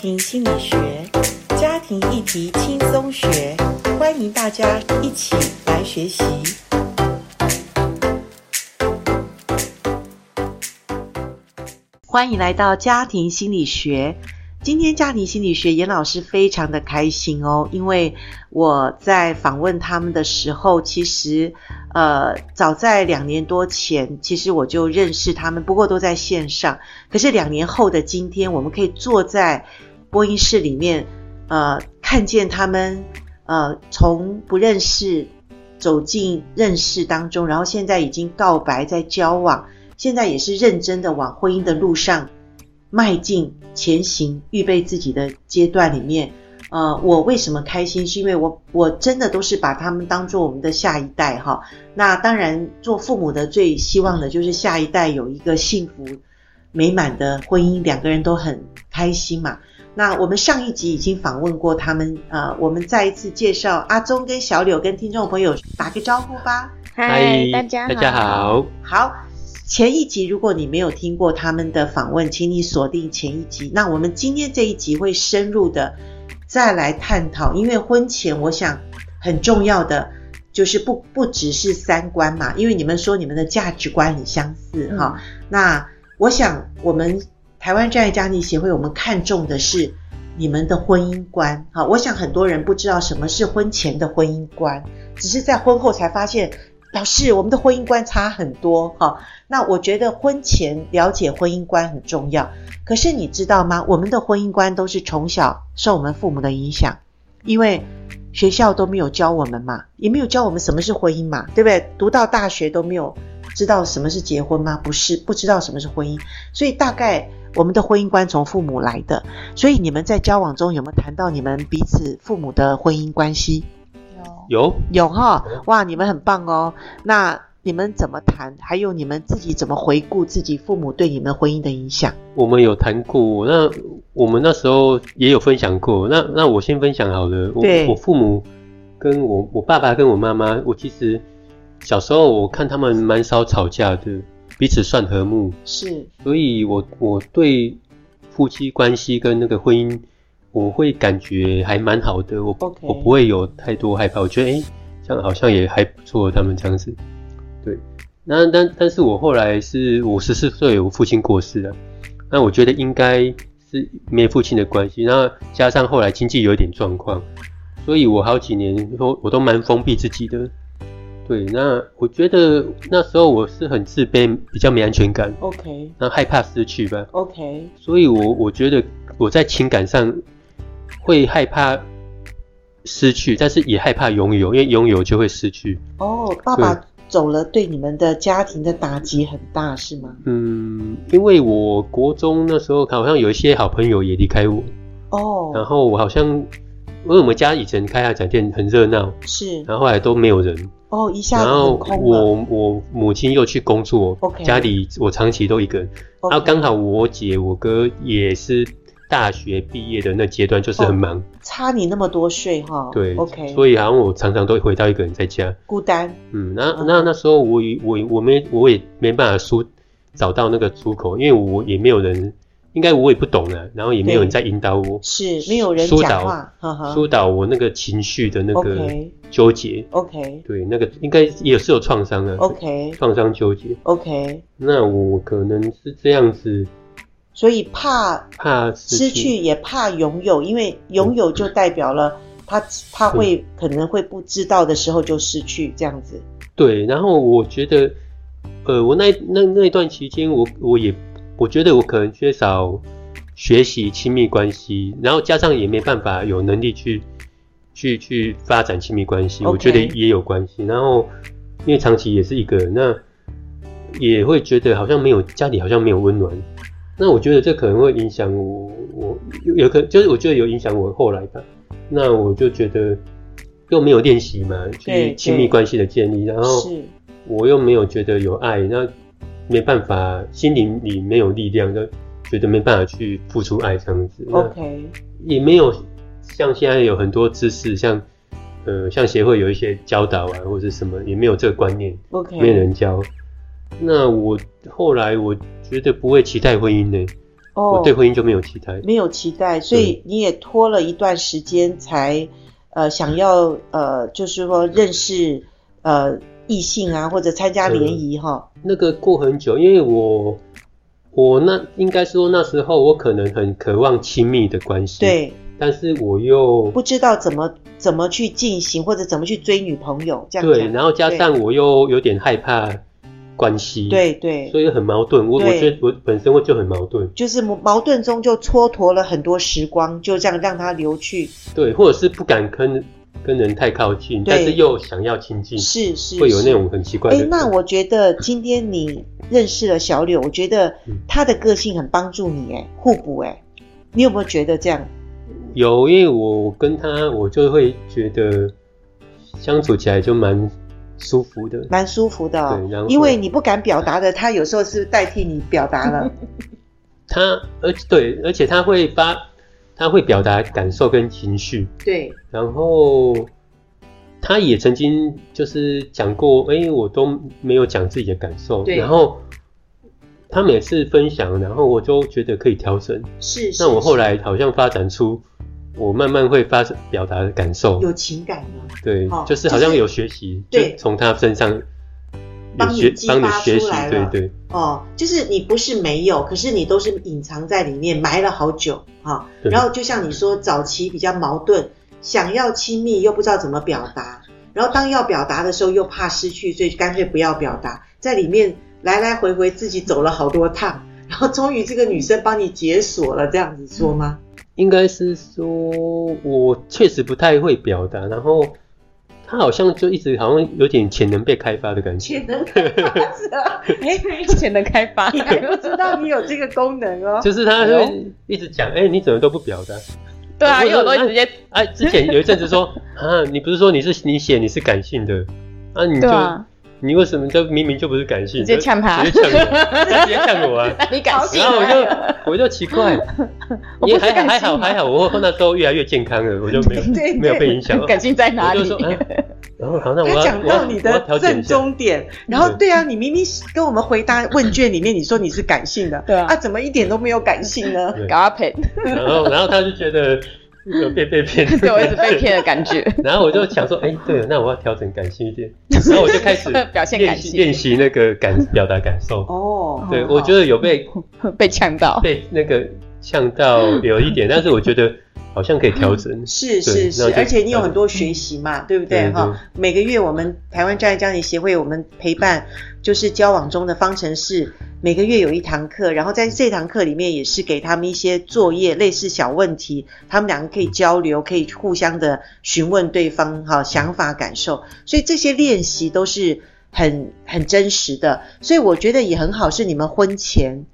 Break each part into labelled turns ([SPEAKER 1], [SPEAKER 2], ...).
[SPEAKER 1] 庭心理学，家庭议题轻松学，欢迎大家一起来学习。欢迎来到家庭心理学。今天家庭心理学严老师非常的开心哦，因为我在访问他们的时候，其实呃早在两年多前，其实我就认识他们，不过都在线上。可是两年后的今天，我们可以坐在播音室里面，呃，看见他们呃从不认识走进认识当中，然后现在已经告白，在交往，现在也是认真的往婚姻的路上。迈进前行，预备自己的阶段里面，呃，我为什么开心？是因为我我真的都是把他们当做我们的下一代哈。那当然，做父母的最希望的就是下一代有一个幸福美满的婚姻，两个人都很开心嘛。那我们上一集已经访问过他们，呃，我们再一次介绍阿忠跟小柳跟听众朋友打个招呼吧。
[SPEAKER 2] 嗨，大家
[SPEAKER 3] 大家好，
[SPEAKER 1] 好。前一集如果你没有听过他们的访问，请你锁定前一集。那我们今天这一集会深入的再来探讨，因为婚前我想很重要的就是不不只是三观嘛，因为你们说你们的价值观很相似哈、那我想我们台湾专业家庭协会，我们看重的是你们的婚姻观哈。我想很多人不知道什么是婚前的婚姻观，只是在婚后才发现，老师我们的婚姻观差很多哈。那我觉得婚前了解婚姻观很重要。可是你知道吗？我们的婚姻观都是从小受我们父母的影响，因为学校都没有教我们嘛，也没有教我们什么是婚姻嘛，对不对？读到大学都没有知道什么是结婚吗？不是，不知道什么是婚姻，所以大概我们的婚姻观从父母来的。所以你们在交往中有没有谈到你们彼此父母的婚姻关系？
[SPEAKER 3] 有
[SPEAKER 1] 有哈，哇，你们很棒哦。那你们怎么谈？还有你们自己怎么回顾自己父母对你们婚姻的影响？
[SPEAKER 3] 我们有谈过，那我们那时候也有分享过。那那我先分享好了。我
[SPEAKER 1] 对
[SPEAKER 3] 我父母跟我我爸爸跟我妈妈，我其实小时候我看他们蛮少吵架的，彼此算和睦，
[SPEAKER 1] 是
[SPEAKER 3] 所以我我对夫妻关系跟那个婚姻，我会感觉还蛮好的。我
[SPEAKER 1] OK
[SPEAKER 3] 我不会有太多害怕，我觉得诶，这样好像也还不错，他们这样子。对，那但但是我后来是我十四岁，我父亲过世了，那我觉得应该是没父亲的关系，那加上后来经济有一点状况，所以我好几年都我都蛮封闭自己的。对，那我觉得那时候我是很自卑，比较没安全感。
[SPEAKER 1] OK
[SPEAKER 3] 那害怕失去吧。
[SPEAKER 1] OK
[SPEAKER 3] 所以我我觉得我在情感上会害怕失去，但是也害怕拥有，因为拥有就会失去。
[SPEAKER 1] 哦，爸爸走了，对你们的家庭的打击很大，是吗？
[SPEAKER 3] 嗯，因为我国中那时候好像有一些好朋友也离开我，然
[SPEAKER 1] 哦，
[SPEAKER 3] 后我好像因为我们家以前开海产店很热闹，
[SPEAKER 1] 是
[SPEAKER 3] 然后后来都没有人，
[SPEAKER 1] 哦，一下
[SPEAKER 3] 然
[SPEAKER 1] 子
[SPEAKER 3] 后
[SPEAKER 1] 很空了。
[SPEAKER 3] 我我母亲又去工作
[SPEAKER 1] OK
[SPEAKER 3] 家里我长期都一个人，
[SPEAKER 1] OK
[SPEAKER 3] 然后刚好我姐我哥也是大学毕业的那阶段，
[SPEAKER 1] 哦
[SPEAKER 3] 就是很忙。
[SPEAKER 1] 差你那么多岁哈。
[SPEAKER 3] 对
[SPEAKER 1] 哦，OK，
[SPEAKER 3] 所以好像我常常都会回到一个人在家。
[SPEAKER 1] 孤单
[SPEAKER 3] 嗯，那
[SPEAKER 1] 嗯
[SPEAKER 3] 那那时候我也我我没我也没办法出找到那个出口，因为我也没有人，应该我也不懂啊，然后也没有人在引导我，
[SPEAKER 1] 是没有人
[SPEAKER 3] 疏
[SPEAKER 1] 讲
[SPEAKER 3] 导
[SPEAKER 1] 话，呵呵。
[SPEAKER 3] 疏导我那个情绪的那个
[SPEAKER 1] OK
[SPEAKER 3] 纠结。
[SPEAKER 1] OK
[SPEAKER 3] 对，那个应该也是有创伤的，
[SPEAKER 1] OK
[SPEAKER 3] 创伤纠结。
[SPEAKER 1] OK，
[SPEAKER 3] 那我可能是这样子，
[SPEAKER 1] 所以怕
[SPEAKER 3] 怕
[SPEAKER 1] 失去也怕拥有，因为拥有就代表了他他会可能会不知道的时候就失去这样子。
[SPEAKER 3] 对，然后我觉得，呃，我那那那一段期间，我我也我觉得我可能缺少学习亲密关系，然后加上也没办法有能力去去去发展亲密关系
[SPEAKER 1] OK
[SPEAKER 3] 我觉得也有关系。然后因为长期也是一个人，那也会觉得好像没有家里好像没有温暖。那我觉得这可能会影响我，我有有可就是我觉得有影响我后来吧。那我就觉得又没有练习嘛，
[SPEAKER 1] 对
[SPEAKER 3] 去亲密
[SPEAKER 1] 对
[SPEAKER 3] 关系的建立，然后
[SPEAKER 1] 是
[SPEAKER 3] 我又没有觉得有爱，那没办法，心灵里没有力量，就觉得没办法去付出爱这样子。那
[SPEAKER 1] OK
[SPEAKER 3] 也没有像现在有很多知识，像呃像协会有一些教导啊，或者什么，也没有这个观念，
[SPEAKER 1] 嗯
[SPEAKER 3] 没
[SPEAKER 1] OK
[SPEAKER 3] 有人教。那我后来我觉得不会期待婚姻呢、
[SPEAKER 1] 哦
[SPEAKER 3] 我对婚姻就没有期待。
[SPEAKER 1] 没有期待，所以你也拖了一段时间才呃想要呃，就是说认识呃异性啊，或者参加联谊哈。
[SPEAKER 3] 那个过很久，因为我我那应该说那时候我可能很渴望亲密的关系，，
[SPEAKER 1] 对，
[SPEAKER 3] 但是我又
[SPEAKER 1] 不知道怎么怎么去进行，或者怎么去追女朋友这样
[SPEAKER 3] 对，
[SPEAKER 1] 讲。
[SPEAKER 3] 然后加上我又有点害怕关系，，
[SPEAKER 1] 对对
[SPEAKER 3] 所以很矛盾。我我
[SPEAKER 1] 对
[SPEAKER 3] 觉得我本身我就很矛盾，
[SPEAKER 1] 就是矛矛盾中就蹉跎了很多时光，就这样让它流去。
[SPEAKER 3] 对，或者是不敢跟跟人太靠近，
[SPEAKER 1] 对
[SPEAKER 3] 但是又想要亲近，
[SPEAKER 1] 是是，
[SPEAKER 3] 嗯会有
[SPEAKER 1] 是
[SPEAKER 3] 那种很奇怪
[SPEAKER 1] 哎
[SPEAKER 3] 的。，
[SPEAKER 1] 那我觉得今天你认识了小柳，我觉得
[SPEAKER 3] 嗯
[SPEAKER 1] 他的个性很帮助你，哎，互补，哎，你有没有觉得这样？
[SPEAKER 3] 有，因为我跟他，我就会觉得相处起来就蛮舒服的。
[SPEAKER 1] 蛮舒服的哦、
[SPEAKER 3] 对然后
[SPEAKER 1] 因为你不敢表达的，他有时候是代替你表达 了。
[SPEAKER 3] 他，而对，而且他会发，他会表达感受跟情绪，
[SPEAKER 1] 对，
[SPEAKER 3] 然后他也曾经就是讲过，哎、我都没有讲自己的感受，
[SPEAKER 1] 对
[SPEAKER 3] 然后他每次分享，然后我就觉得可以调整。
[SPEAKER 1] 是。是
[SPEAKER 3] 那我后
[SPEAKER 1] 是
[SPEAKER 3] 来好像发展出，我慢慢会发表达的感受，
[SPEAKER 1] 有情感了，
[SPEAKER 3] 对，
[SPEAKER 1] 哦
[SPEAKER 3] 就是
[SPEAKER 1] 就
[SPEAKER 3] 好像
[SPEAKER 1] 是
[SPEAKER 3] 有学习，
[SPEAKER 1] 对
[SPEAKER 3] 就从他身上有
[SPEAKER 1] 帮你
[SPEAKER 3] 学
[SPEAKER 1] 激
[SPEAKER 3] 帮你
[SPEAKER 1] 发
[SPEAKER 3] 学
[SPEAKER 1] 出
[SPEAKER 3] 习
[SPEAKER 1] 来，
[SPEAKER 3] 对
[SPEAKER 1] 了
[SPEAKER 3] 对
[SPEAKER 1] 哦，就是你不是没有，可是你都是隐藏在里面，埋了好久啊、
[SPEAKER 3] 对
[SPEAKER 1] 然后就像你说，早期比较矛盾，想要亲密又不知道怎么表达，然后当要表达的时候又怕失去，所以干脆不要表达，在里面来来回回自己走了好多趟，然后终于这个女生帮你解锁了，这样子说 吗？
[SPEAKER 3] 应该是说我确实不太会表达，然后他好像就一直好像有点潜能被开发的感觉。
[SPEAKER 1] 潜能开发者，
[SPEAKER 2] 哎，潜能开 发，
[SPEAKER 1] 你还不知道你有这个功能哦。
[SPEAKER 3] 就是他
[SPEAKER 2] 哎呦
[SPEAKER 3] 会一直讲，哎、你怎么都不表达？
[SPEAKER 2] 对啊，
[SPEAKER 3] 我
[SPEAKER 2] 因为我都会直接
[SPEAKER 3] 哎、之前有一阵子说 啊，你不是说你是你写你是感性的，啊，你就、
[SPEAKER 2] 对啊，
[SPEAKER 3] 你为什么就明明就不是感性
[SPEAKER 2] 直
[SPEAKER 3] 的？
[SPEAKER 2] 接呛他，
[SPEAKER 3] 直接呛我，直接呛我啊！
[SPEAKER 2] 那你感性
[SPEAKER 3] 然后我
[SPEAKER 2] 啊，
[SPEAKER 3] 就我就奇怪，
[SPEAKER 2] 我
[SPEAKER 3] 因为
[SPEAKER 2] 不是
[SPEAKER 3] 还好
[SPEAKER 2] 感
[SPEAKER 3] 还好
[SPEAKER 2] 性吗
[SPEAKER 3] 还好，我那时候越来越健康了，我就 没有
[SPEAKER 1] 对
[SPEAKER 3] 没有被影响。
[SPEAKER 2] 感性在哪
[SPEAKER 3] 我
[SPEAKER 2] 里
[SPEAKER 3] 就？说，啊然后好，那我
[SPEAKER 1] 他
[SPEAKER 3] 要
[SPEAKER 1] 讲
[SPEAKER 3] 我要
[SPEAKER 1] 到你
[SPEAKER 3] 我要
[SPEAKER 1] 的
[SPEAKER 3] 调整一
[SPEAKER 1] 正
[SPEAKER 3] 下。嗯
[SPEAKER 1] 中点，然后对啊，你明明跟我们回答问卷里面你说你是感性的，
[SPEAKER 2] 对啊
[SPEAKER 1] 啊，怎么一点都没有感性呢？
[SPEAKER 3] 对
[SPEAKER 2] 搞阿 骗，
[SPEAKER 3] 然后然后他就觉得有被被骗，
[SPEAKER 2] 对我一直被。骗的感觉，
[SPEAKER 3] 然后我就想说，哎，对了，那我要调整感性一点。 然后我就 开始
[SPEAKER 2] 表现
[SPEAKER 3] 练
[SPEAKER 2] 感
[SPEAKER 3] 习
[SPEAKER 2] 性，
[SPEAKER 3] 练习那个感表达感受。
[SPEAKER 1] 哦，
[SPEAKER 3] 对，
[SPEAKER 1] 哦
[SPEAKER 3] 我觉得有被
[SPEAKER 2] 被呛到，
[SPEAKER 3] 被那个呛到有一 点，但是我觉得好像可以调整。
[SPEAKER 1] 是
[SPEAKER 3] 对
[SPEAKER 1] 是
[SPEAKER 3] 那
[SPEAKER 1] 是，
[SPEAKER 3] 就嗯
[SPEAKER 1] 而且你有很多学习嘛，对不对
[SPEAKER 3] 对
[SPEAKER 1] 哈？每个月我们台湾障碍家庭协会，我们陪伴就是交往中的方程式，每个月有一堂课，然后在这堂课里面也是给他们一些作业，类似小问题，他们两个可以交流，可以互相的询问对方哈想法感受，所以这些练习都是很很真实的，所以我觉得也很好，是你们婚前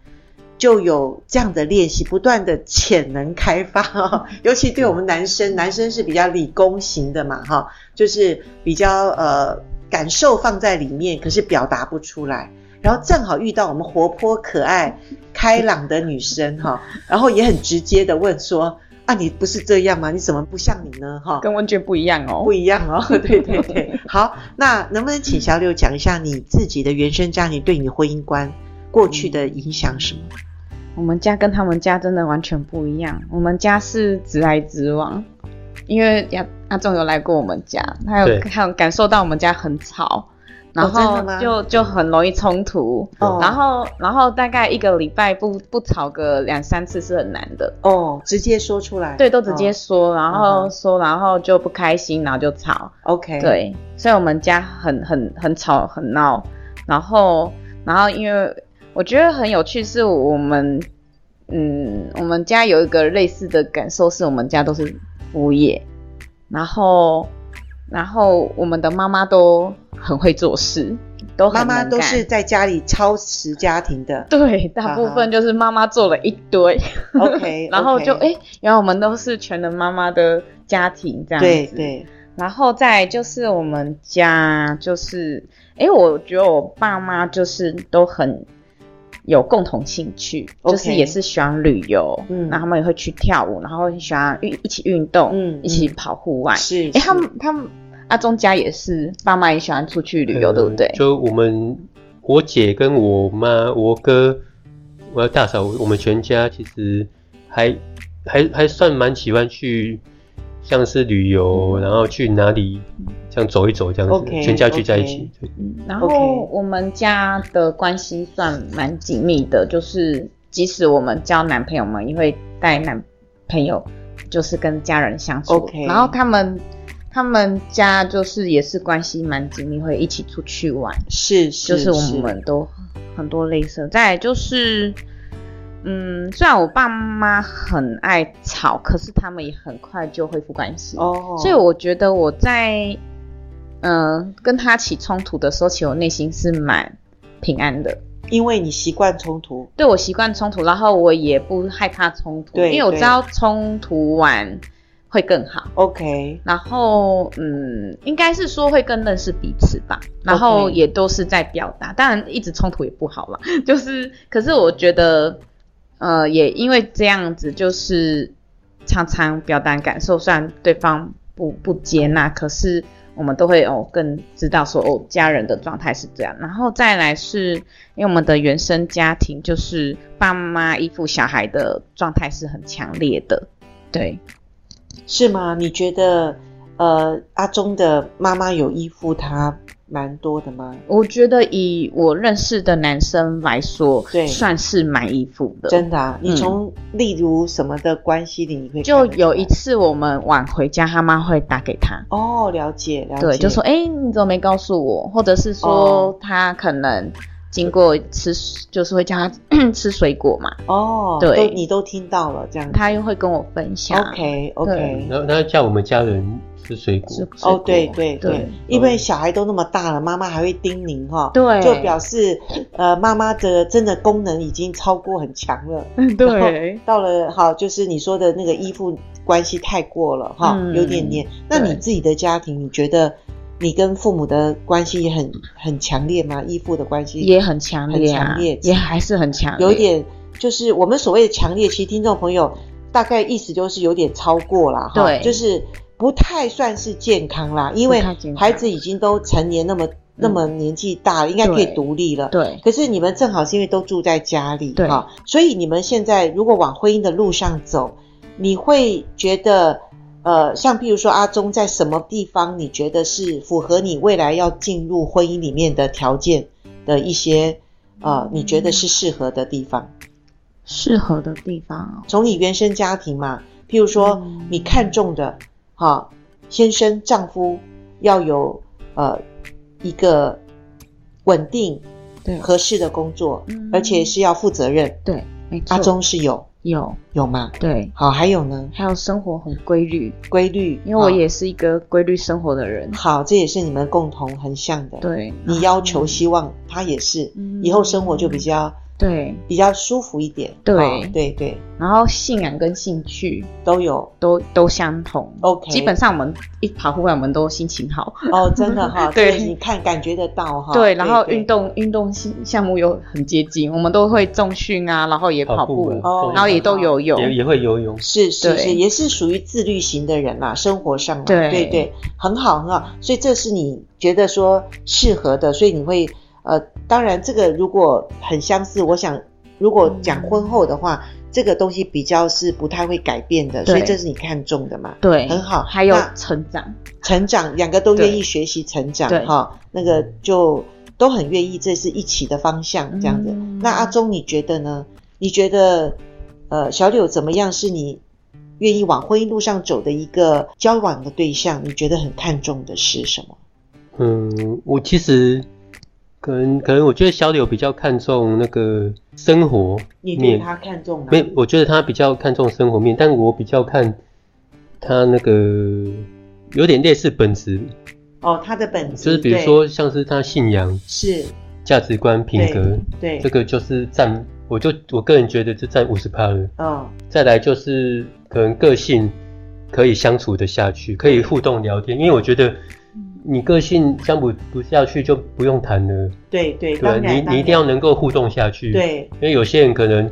[SPEAKER 1] 就有这样的练习，不断的潜能开发、 哦，尤其对我们男生，男生是比较理工型的嘛，哈、就是比较呃感受放在里面，可是表达不出来。然后正好遇到我们活泼可爱、开朗的女生哈、然后也很直接的问说：“啊，你不是这样吗？你怎么不像你呢？”哈、
[SPEAKER 2] 跟问卷不一样哦
[SPEAKER 1] 不。一样 哦，对对对。好，那能不能请小柳讲一下你自己的原生家庭对你婚姻观过去的影响是什么？
[SPEAKER 2] 我们家跟他们家真的完全不一样，我们家是直来直往，因为阿阿仲有来过我们家，他有
[SPEAKER 3] 对哦
[SPEAKER 2] 他有感受到我们家很吵，然
[SPEAKER 1] 真
[SPEAKER 2] 后
[SPEAKER 1] 的吗
[SPEAKER 2] 就、就很容易冲突。
[SPEAKER 1] 哦
[SPEAKER 2] 然后，然后大概一个礼拜不不吵个两三次是很难的。
[SPEAKER 1] 哦，直接说出来，
[SPEAKER 2] 对，都直接
[SPEAKER 1] 哦
[SPEAKER 2] 说，然
[SPEAKER 1] 嗯
[SPEAKER 2] 后
[SPEAKER 1] 哼嗯
[SPEAKER 2] 说，然后就不开心，然后就吵。
[SPEAKER 1] OK，，
[SPEAKER 2] 对，所以我们家很很很吵很闹，然后然后因为我觉得很有趣是我们，嗯，我们家有一个类似的感受是我们家都是服务业，然后然后我们的妈妈都很会做事，都很
[SPEAKER 1] 妈妈
[SPEAKER 2] 能
[SPEAKER 1] 都
[SPEAKER 2] 干
[SPEAKER 1] 是在家里超时家庭 的
[SPEAKER 2] 对，大部分就是妈妈做了一堆，
[SPEAKER 1] ，OK，
[SPEAKER 2] 然后就哎、诶原来我们都是全能妈妈的家庭这样子。
[SPEAKER 1] 对对，
[SPEAKER 2] 然后再就是我们家就是，哎，我觉得我爸妈就是都很有共同兴趣
[SPEAKER 1] OK
[SPEAKER 2] 就是也是喜欢旅游，
[SPEAKER 1] 嗯
[SPEAKER 2] 然后他们也会去跳舞，然后很喜欢运一起运动，
[SPEAKER 1] 嗯
[SPEAKER 2] 一起跑户外。
[SPEAKER 1] 是，是
[SPEAKER 2] 哎，他们他们阿忠家也是，爸妈也喜欢出去旅游，
[SPEAKER 3] 呃
[SPEAKER 2] 对不对？
[SPEAKER 3] 就我们我姐跟我妈、我哥，我要大嫂，我们全家其实还还还算蛮喜欢去，像是旅游，然后去哪里这样走一走这样
[SPEAKER 1] 嗯
[SPEAKER 3] 子
[SPEAKER 1] OK，
[SPEAKER 3] 全家聚在一起。对，
[SPEAKER 2] 然后
[SPEAKER 1] 嗯 OK
[SPEAKER 2] 我们家的关系算蛮紧密的，就是即使我们交男朋友们，也会带男朋友，就是跟家人相处。
[SPEAKER 1] OK
[SPEAKER 2] 然后他们他们家就是也是关系蛮紧密，会一起出去玩，
[SPEAKER 1] 是是
[SPEAKER 2] 就是我们都很多类似。再来就是，嗯，虽然我爸妈很爱吵，可是他们也很快就恢复关系。
[SPEAKER 1] 哦，
[SPEAKER 2] 所以我觉得我在嗯、呃跟他起冲突的时候，其实我内心是蛮平安的。
[SPEAKER 1] 因为你习惯冲突，
[SPEAKER 2] 对我习惯冲突，然后我也不害怕冲突，
[SPEAKER 1] 对
[SPEAKER 2] 因为我知道冲突完会更好。
[SPEAKER 1] OK，
[SPEAKER 2] 然后，嗯，应该是说会更认识彼此吧。然后
[SPEAKER 1] OK
[SPEAKER 2] 也都是在表达，当然一直冲突也不好啦。 就是，可是我觉得，呃，也因为这样子，就是常常表达感受，虽然对方不不接纳，可是我们都会哦更知道说哦家人的状态是这样。然后再来是因为我们的原生家庭就是爸妈依附小孩的状态是很强烈的，对。
[SPEAKER 1] 是吗？你觉得呃，阿忠的妈妈有依附他蛮多的吗？
[SPEAKER 2] 我觉得以我认识的男生来说，
[SPEAKER 1] 对
[SPEAKER 2] 算是蛮依附的。
[SPEAKER 1] 真的、啊，你
[SPEAKER 2] 嗯
[SPEAKER 1] 从例如什么的关系里，你会看
[SPEAKER 2] 就
[SPEAKER 1] 得出来
[SPEAKER 2] 有一次我们晚回家，他妈会打给他，
[SPEAKER 1] 哦，了解了解，
[SPEAKER 2] 对，就说：“哎、你怎么没告诉我？”或者是
[SPEAKER 1] 哦
[SPEAKER 2] 说他可能经过吃，就是会叫他 吃水果嘛，
[SPEAKER 1] 哦，
[SPEAKER 2] 对
[SPEAKER 1] 都你都听到了这样子
[SPEAKER 2] 他又会跟我分享。
[SPEAKER 1] ，OK OK，
[SPEAKER 3] 然后他叫我们家人吃水
[SPEAKER 2] 吃
[SPEAKER 3] 果，
[SPEAKER 1] 哦，对对
[SPEAKER 2] 对
[SPEAKER 1] 对，因为小孩都那么大了，妈妈还会叮咛哈，
[SPEAKER 2] 对
[SPEAKER 1] 就 表示呃妈妈的真的功能已经超过很强了，
[SPEAKER 2] 对，
[SPEAKER 1] 到了好就是你说的那个依附关系太过了哈，
[SPEAKER 2] 嗯
[SPEAKER 1] 有点黏。那你
[SPEAKER 2] 对
[SPEAKER 1] 自己的家庭，你觉得你跟父母的关系也很很强烈吗？依附的关系
[SPEAKER 2] 也很强烈
[SPEAKER 1] 很
[SPEAKER 2] 啊
[SPEAKER 1] 强烈，
[SPEAKER 2] 也还是很强烈，
[SPEAKER 1] 有点就是我们所谓的强烈，其实听众朋友大概意思就是有点超过啦，哈
[SPEAKER 2] 对
[SPEAKER 1] 就是不太算是健康啦，因为
[SPEAKER 2] 不太健康嗯
[SPEAKER 1] 孩子已经都成年那么、那么年纪大了，应该可以
[SPEAKER 2] 对
[SPEAKER 1] 独立了。
[SPEAKER 2] 对。
[SPEAKER 1] 可是你们正好是因为都住在家里
[SPEAKER 2] 对
[SPEAKER 1] 哈，所以你们现在如果往婚姻的路上走，你会觉得，呃，像譬如说阿忠在什么地方，你觉得是符合你未来要进入婚姻里面的条件的一些，
[SPEAKER 2] 嗯
[SPEAKER 1] 呃，你觉得是适合的地方？
[SPEAKER 2] 适合的地方哦，
[SPEAKER 1] 从你原生家庭嘛，譬如说
[SPEAKER 2] 嗯
[SPEAKER 1] 你看中的哈、先生、丈夫要有呃一个稳定
[SPEAKER 2] 对
[SPEAKER 1] 合适的工作，
[SPEAKER 2] 嗯
[SPEAKER 1] 而且是要负责任。
[SPEAKER 2] 对，没错，
[SPEAKER 1] 阿忠是有
[SPEAKER 2] 有
[SPEAKER 1] 有吗？
[SPEAKER 2] 对，
[SPEAKER 1] 好，还有呢，
[SPEAKER 2] 还有生活很规律，
[SPEAKER 1] 规律，
[SPEAKER 2] 因为我也是一个规律生活的人。
[SPEAKER 1] 嗯好好，这也是你们共同很像的。，
[SPEAKER 2] 对，嗯
[SPEAKER 1] 你要求希望他也是，以后生活就比较
[SPEAKER 2] 对，
[SPEAKER 1] 比较舒服一点。
[SPEAKER 2] 对
[SPEAKER 1] 哦对对，
[SPEAKER 2] 然后信仰跟兴趣
[SPEAKER 1] 都有。
[SPEAKER 2] 都都相同。
[SPEAKER 1] OK
[SPEAKER 2] 基本上我们一跑户外，我们都心情好。
[SPEAKER 1] 哦，真的 哈，
[SPEAKER 2] 对
[SPEAKER 1] 这个你看感觉得到哈。
[SPEAKER 2] 对，然后运
[SPEAKER 1] 动
[SPEAKER 2] 动运动项项目又很接近，我们都会重训啊，然后也跑
[SPEAKER 3] 跑步
[SPEAKER 2] 步，
[SPEAKER 3] 啊
[SPEAKER 1] 哦
[SPEAKER 3] 对
[SPEAKER 2] 然后也都游泳。
[SPEAKER 3] 也也会游泳，
[SPEAKER 1] 是是
[SPEAKER 2] 对
[SPEAKER 1] 是，也是属于自律型的人啦，生活上啦
[SPEAKER 2] 对
[SPEAKER 1] 对对，很好很好，所以这是你觉得说适合的，所以你会呃，当然这个如果很相似，我想如果
[SPEAKER 2] 嗯
[SPEAKER 1] 讲婚后的话，这个东西比较是不太会改变的，
[SPEAKER 2] 对
[SPEAKER 1] 所以这是你看中的嘛，
[SPEAKER 2] 对，
[SPEAKER 1] 很好
[SPEAKER 2] 还有
[SPEAKER 1] 那
[SPEAKER 2] 成长，
[SPEAKER 1] 成长两个都
[SPEAKER 2] 对
[SPEAKER 1] 愿意学习成长
[SPEAKER 2] 对
[SPEAKER 1] 哈，那个就都很愿意，这是一起的方向这样子。
[SPEAKER 2] 嗯
[SPEAKER 1] 那阿忠你觉得呢？你觉得呃小柳怎么样是你愿意往婚姻路上走的一个交往的对象？你觉得很看重的是什么？
[SPEAKER 3] 嗯，我其实可能可能我觉得小柳比较看重那个生活
[SPEAKER 1] 你
[SPEAKER 3] 面，
[SPEAKER 1] 对他看重哪
[SPEAKER 3] 没
[SPEAKER 1] 里？
[SPEAKER 3] 有，我觉得他比较看重生活面，但我比较看他那个有点类似本质，
[SPEAKER 1] 哦，他的本质
[SPEAKER 3] 就是比如说像是他信仰、
[SPEAKER 1] 对是
[SPEAKER 3] 价值观、品格，
[SPEAKER 1] 对
[SPEAKER 3] 这个就是占，我就我个人觉得就占五十趴了。
[SPEAKER 1] 嗯
[SPEAKER 3] 再来就是可能个性可以相处的下去，可以互动聊天，因为我觉得
[SPEAKER 1] 嗯
[SPEAKER 3] 你个性相处不下去就不用谈了，
[SPEAKER 1] 对对，
[SPEAKER 3] 对吧？
[SPEAKER 1] 当然
[SPEAKER 3] 你
[SPEAKER 1] 当然
[SPEAKER 3] 你一定要能够互动下去，。
[SPEAKER 1] 对
[SPEAKER 3] 因为有些人可能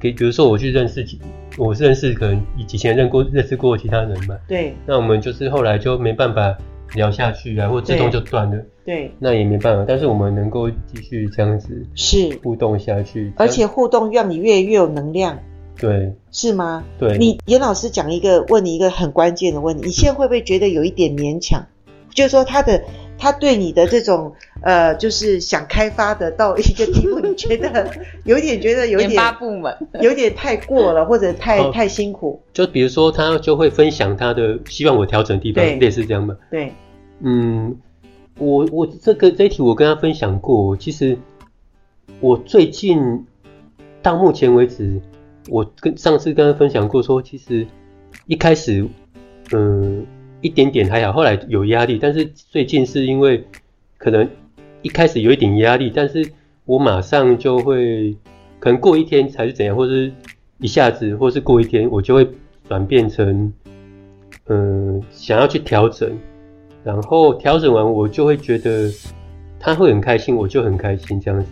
[SPEAKER 3] 给，比如说我去认识几，我是认识可能以以前认过认识过其他人嘛，
[SPEAKER 1] 对
[SPEAKER 3] 那我们就是后来就没办法聊下去啊，或自动就断了，
[SPEAKER 1] 对，
[SPEAKER 3] 那也没办法。但是我们能够继续这样子
[SPEAKER 1] 是，
[SPEAKER 3] 互动下去，
[SPEAKER 1] 而且互动让你越越有能量，
[SPEAKER 3] 对
[SPEAKER 1] 是吗？
[SPEAKER 3] 对，
[SPEAKER 1] 你严老师讲一个，问你一个很关键的问题，你现在会不会觉得有一点勉强？就是说他的他对你的这种呃，就是想开发的到一个地步，你觉得有一点觉得有一
[SPEAKER 2] 研
[SPEAKER 1] 点
[SPEAKER 2] 发部门，
[SPEAKER 1] 有点太过了，或者太、
[SPEAKER 3] 哦
[SPEAKER 1] 太辛苦，
[SPEAKER 3] 就比如说他就会分享他的希望我调整的地
[SPEAKER 1] 对
[SPEAKER 3] 方，类似这样吧。
[SPEAKER 1] 对，
[SPEAKER 3] 嗯，我我这个这一题我跟他分享过，其实我最近到目前为止，我跟上次跟他分享过说，其实一开始嗯一点点还好，后来有压力，但是最近是因为可能一开始有一点压力，但是我马上就会可能过一天才是怎样，或是一下子，或是过一天，我就会转变成嗯想要去调整。然后调整完，我就会觉得他会很开心，我就很开心这样子。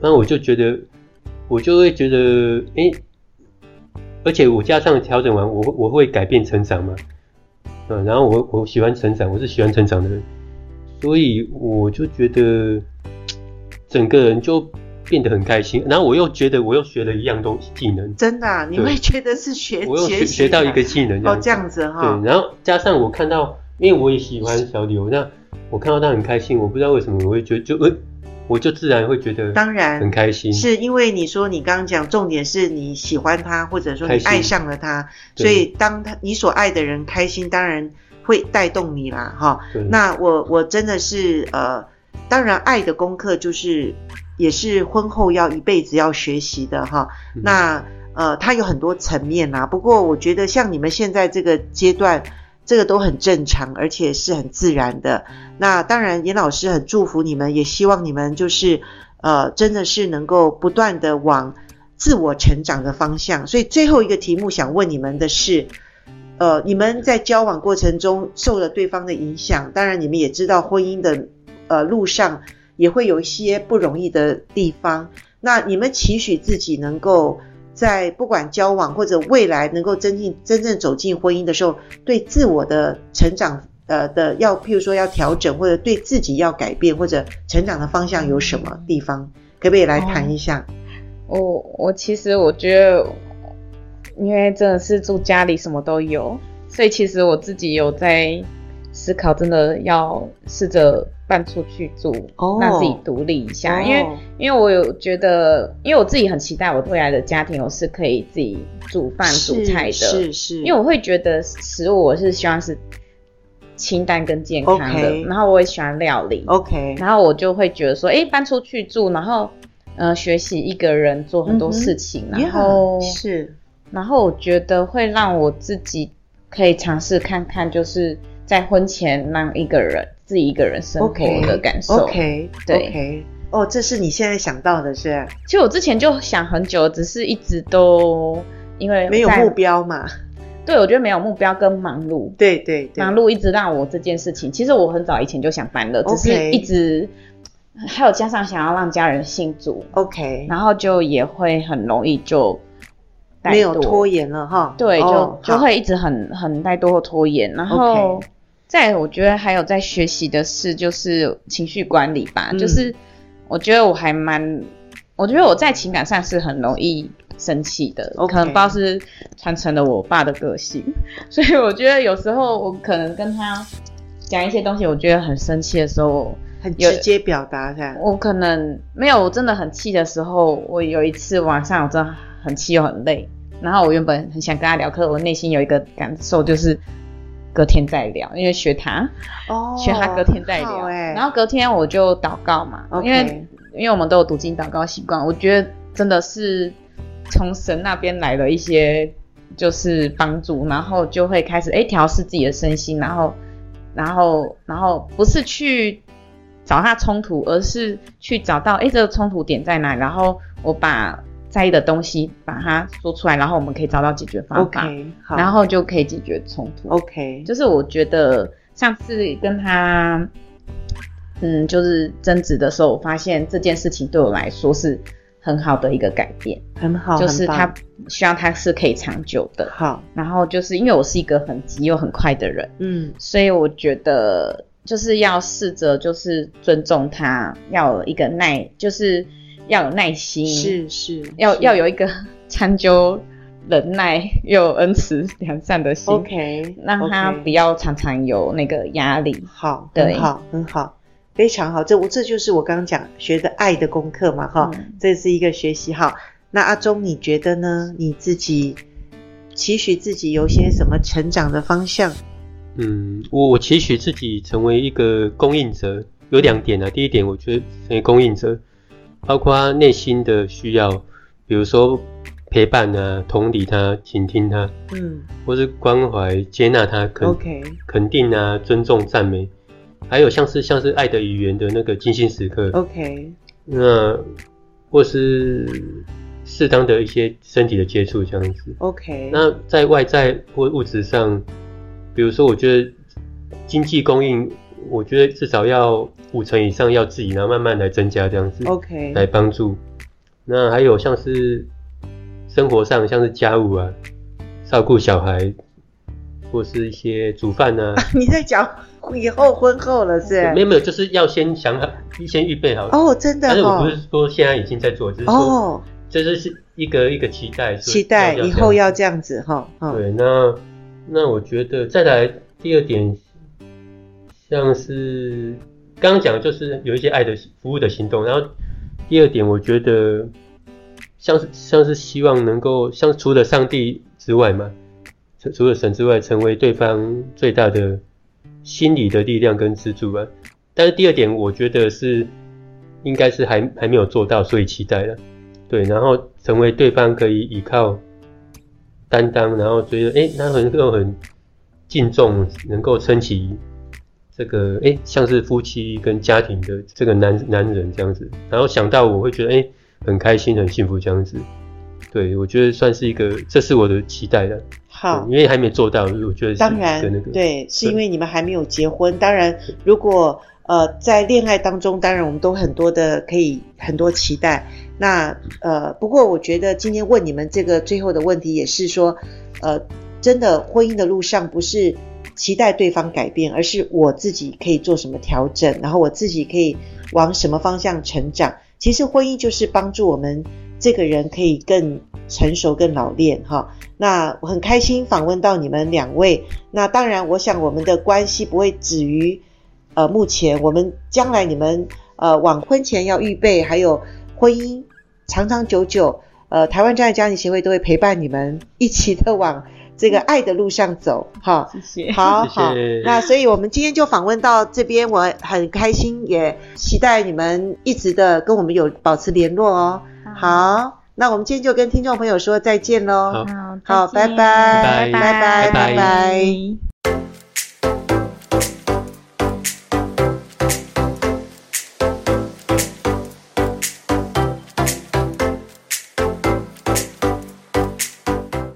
[SPEAKER 3] 那我就觉得，我就会觉得，诶，而且我加上调整完，我会我会改变成长嘛，嗯，然后我我喜欢成长，我是喜欢成长的人，所以我就觉得整个人就变得很开心。然后我又觉得我又学了一样东西技能，
[SPEAKER 1] 真的、啊，你
[SPEAKER 3] 对
[SPEAKER 1] 会觉得是学
[SPEAKER 3] 我又学
[SPEAKER 1] 习
[SPEAKER 3] 学到
[SPEAKER 1] 的
[SPEAKER 3] 一个啊技能
[SPEAKER 1] 哦，这
[SPEAKER 3] 子
[SPEAKER 1] 样子哈、
[SPEAKER 3] 对，然后加上我看到，因为我也喜欢小柳，那我看到他很开心，我不知道为什么我会觉得就呃，我就自然会觉得
[SPEAKER 1] 当
[SPEAKER 3] 很
[SPEAKER 1] 然。
[SPEAKER 3] 开心，
[SPEAKER 1] 是因为你说你刚刚讲重点是你喜欢他，或者说你
[SPEAKER 3] 开心
[SPEAKER 1] 爱上了他，
[SPEAKER 3] 对
[SPEAKER 1] 所以当他你所爱的人开心，当然会带动你啦，哈、
[SPEAKER 3] 对
[SPEAKER 1] 那我我真的是呃，当然爱的功课就是也是婚后要一辈子要学习的哈。
[SPEAKER 3] 嗯
[SPEAKER 1] 那呃，它有很多层面啦、不过我觉得像你们现在这个阶段，这个都很正常，而且是很自然的。那当然，严老师很祝福你们，也希望你们就是呃，真的是能够不断的往自我成长的方向。所以最后一个题目想问你们的是，呃，你们在交往过程中受了对方的影响，当然你们也知道婚姻的呃路上也会有一些不容易的地方。那你们期许自己能够在不管交往或者未来能够真进真正走进婚姻的时候，对自我的成长呃的要，譬如说要调整或者对自己要改变或者成长的方向有什么地方，可不可以来谈一下？
[SPEAKER 2] 哦我我其实我觉得，因为真的是住家里什么都有，所以其实我自己有在思考，真的要试着搬出去住，
[SPEAKER 1] 哦
[SPEAKER 2] 让自己独立一下，因为
[SPEAKER 1] 哦
[SPEAKER 2] 因为我有觉得，因为我自己很期待我未来的家庭，我是可以自己煮饭煮菜的，
[SPEAKER 1] 是是，
[SPEAKER 2] 因为我会觉得食物我是希望是清淡跟健康的
[SPEAKER 1] OK
[SPEAKER 2] 然后我也喜欢料理
[SPEAKER 1] OK
[SPEAKER 2] 然后我就会觉得说，哎，搬出去住，然后呃学习一个人做很多事情，然后
[SPEAKER 1] 嗯 Yeah，是
[SPEAKER 2] 然后我觉得会让我自己可以尝试看看，就是在婚前让一个人自己一个人生活
[SPEAKER 1] OK
[SPEAKER 2] 的感受。
[SPEAKER 1] OK
[SPEAKER 2] 对
[SPEAKER 1] OK 哦，这是你现在想到的是
[SPEAKER 2] 其实我之前就想很久，只是一直都因为
[SPEAKER 1] 没有
[SPEAKER 2] 在
[SPEAKER 1] 目，标嘛？
[SPEAKER 2] 对我觉得没有目标跟忙碌，
[SPEAKER 1] 对对对
[SPEAKER 2] 忙碌一直让我这件事情，其实我很早以前就想搬了，只
[SPEAKER 1] OK
[SPEAKER 2] 是一直还有加上想要让家人信主，
[SPEAKER 1] ，OK，
[SPEAKER 2] 然后就也会很容易就怠惰
[SPEAKER 1] 没有拖，延了哈。
[SPEAKER 2] 对，就、
[SPEAKER 1] 哦
[SPEAKER 2] 就
[SPEAKER 1] 好
[SPEAKER 2] 会一直很很怠惰或拖延。然后
[SPEAKER 1] OK
[SPEAKER 2] 再我觉得还有在学习的事就是情绪管理吧，
[SPEAKER 1] 嗯
[SPEAKER 2] 就是我觉得我还蛮，我觉得我在情感上是很容易。生气的
[SPEAKER 1] OK
[SPEAKER 2] 可能不知道是传承了我爸的个性， 所以我觉得有时候我可能跟他讲一些东西，我觉得很生气的时候，
[SPEAKER 1] 很
[SPEAKER 2] 有
[SPEAKER 1] 直接表达的。
[SPEAKER 2] 我可能没有，我真的很气的时候，我有一次晚上我真的很气又很累，然后我原本很想跟他聊，可是我内心有一个感受就是隔天再聊，因为学他，
[SPEAKER 1] 哦
[SPEAKER 2] 学他隔天再
[SPEAKER 1] 很
[SPEAKER 2] 聊，
[SPEAKER 1] 好哎，
[SPEAKER 2] 然后隔天我就祷告嘛
[SPEAKER 1] OK
[SPEAKER 2] 因为因为我们都有读经祷告习惯，我觉得真的是从神那边来了一些就是帮助，然后就会开始哎调试自己的身心，然后然后然后不是去找他冲突，而是去找到哎这个冲突点在哪，然后我把在意的东西把它说出来，然后我们可以找到解决方法
[SPEAKER 1] OK 好，
[SPEAKER 2] 然后就可以解决冲突。
[SPEAKER 1] OK
[SPEAKER 2] 就是我觉得上次跟他，嗯，就是争执的时候，我发现这件事情对我来说是很好的一个改变，
[SPEAKER 1] 哦很好，
[SPEAKER 2] 就是
[SPEAKER 1] 很棒
[SPEAKER 2] 他希望他是可以长久的。
[SPEAKER 1] 好，
[SPEAKER 2] 然后就是因为我是一个很急又很快的人，
[SPEAKER 1] 嗯
[SPEAKER 2] 所以我觉得就是要试着就是尊重他，要有一个耐，就是要有耐心，
[SPEAKER 1] 是是，
[SPEAKER 2] 要
[SPEAKER 1] 是
[SPEAKER 2] 要有一个 参究忍耐又有恩慈良善的心
[SPEAKER 1] OK，
[SPEAKER 2] 让他
[SPEAKER 1] OK
[SPEAKER 2] 不要常常有那个压力。
[SPEAKER 1] 好，
[SPEAKER 2] 对
[SPEAKER 1] 很好，很好，非常好。这我这就是我刚刚讲学的爱的功课嘛，哈、
[SPEAKER 2] 嗯
[SPEAKER 1] 这是一个学习哈。那阿忠，你觉得呢？你自己期许自己有些什么成长的方向？
[SPEAKER 3] 嗯，我我期许自己成为一个供应者，有两点啊。第一点，我觉得成为供应者，包括内心的需要，比如说陪伴啊、同理他、倾听他，
[SPEAKER 1] 嗯
[SPEAKER 3] 或是关怀、接纳他、肯
[SPEAKER 1] ，OK，
[SPEAKER 3] 肯定啊、尊重、赞美，还有像是像是爱的语言的那个精心时刻
[SPEAKER 1] 哦 OK，
[SPEAKER 3] 那或是适当的一些身体的接触这样子。
[SPEAKER 1] OK，
[SPEAKER 3] 那在外在或物质上，比如说，我觉得经济供应，我觉得至少要五成以上要自己，然后慢慢来增加这样子
[SPEAKER 1] OK，
[SPEAKER 3] 来帮助。那还有像是生活上，像是家务啊，照顾小孩，或是一些煮饭 啊，
[SPEAKER 1] 你在讲以后婚后了是
[SPEAKER 3] 没？有没有，就是要先想好，先预备好。
[SPEAKER 1] 哦，真的
[SPEAKER 3] 但是我
[SPEAKER 1] 哦
[SPEAKER 3] 不是，说现在已经在做，只是说
[SPEAKER 1] 哦，
[SPEAKER 3] 这就是一个一个期待，说
[SPEAKER 1] 期待
[SPEAKER 3] 要这样
[SPEAKER 1] 以后要这样子哈，哈，
[SPEAKER 3] 对，那那我觉得再来第二点，像是刚刚讲的就是有一些爱的服务的行动，然后第二点我觉得像是像是希望能够像除了上帝之外嘛，除除了神之外，成为对方最大的心理的力量跟支柱吧。但是第二点，我觉得是应该是还还没有做到，所以期待了。对，然后成为对方可以依靠、担当，然后觉得哎，诶他很够很敬重，能够撑起这个哎，诶像是夫妻跟家庭的这个男男人这样子。然后想到我会觉得哎，诶很开心，很幸福这样子。对，我觉得算是一个，这是我的期待了。
[SPEAKER 1] 好
[SPEAKER 3] 对。因为还没做到，我觉得是
[SPEAKER 1] 当
[SPEAKER 3] 一个那
[SPEAKER 1] 然
[SPEAKER 3] 个，
[SPEAKER 1] 对，是因为你们还没有结婚。当然，如果呃在恋爱当中，当然我们都很多的可以很多期待。那呃，不过我觉得今天问你们这个最后的问题，也是说，呃，真的婚姻的路上不是期待对方改变，而是我自己可以做什么调整，然后我自己可以往什么方向成长。其实婚姻就是帮助我们这个人可以更成熟、更老练哈。那我很开心访问到你们两位。那当然，我想我们的关系不会止于呃目前，我们将来你们呃往婚前要预备，还有婚姻长长久久，呃，台湾真爱家庭协会都会陪伴你们一起的往这个爱的路上走 哈。
[SPEAKER 2] 谢谢。
[SPEAKER 1] 好
[SPEAKER 3] 谢谢
[SPEAKER 1] 好，那所以我们今天就访问到这边，我很开心，也期待你们一直的跟我们有保持联络哦。好，那我们今天就跟听众朋友说再见喽。
[SPEAKER 3] 好
[SPEAKER 1] 好
[SPEAKER 2] 好，再见
[SPEAKER 1] 拜
[SPEAKER 3] 拜拜拜拜拜拜
[SPEAKER 1] 拜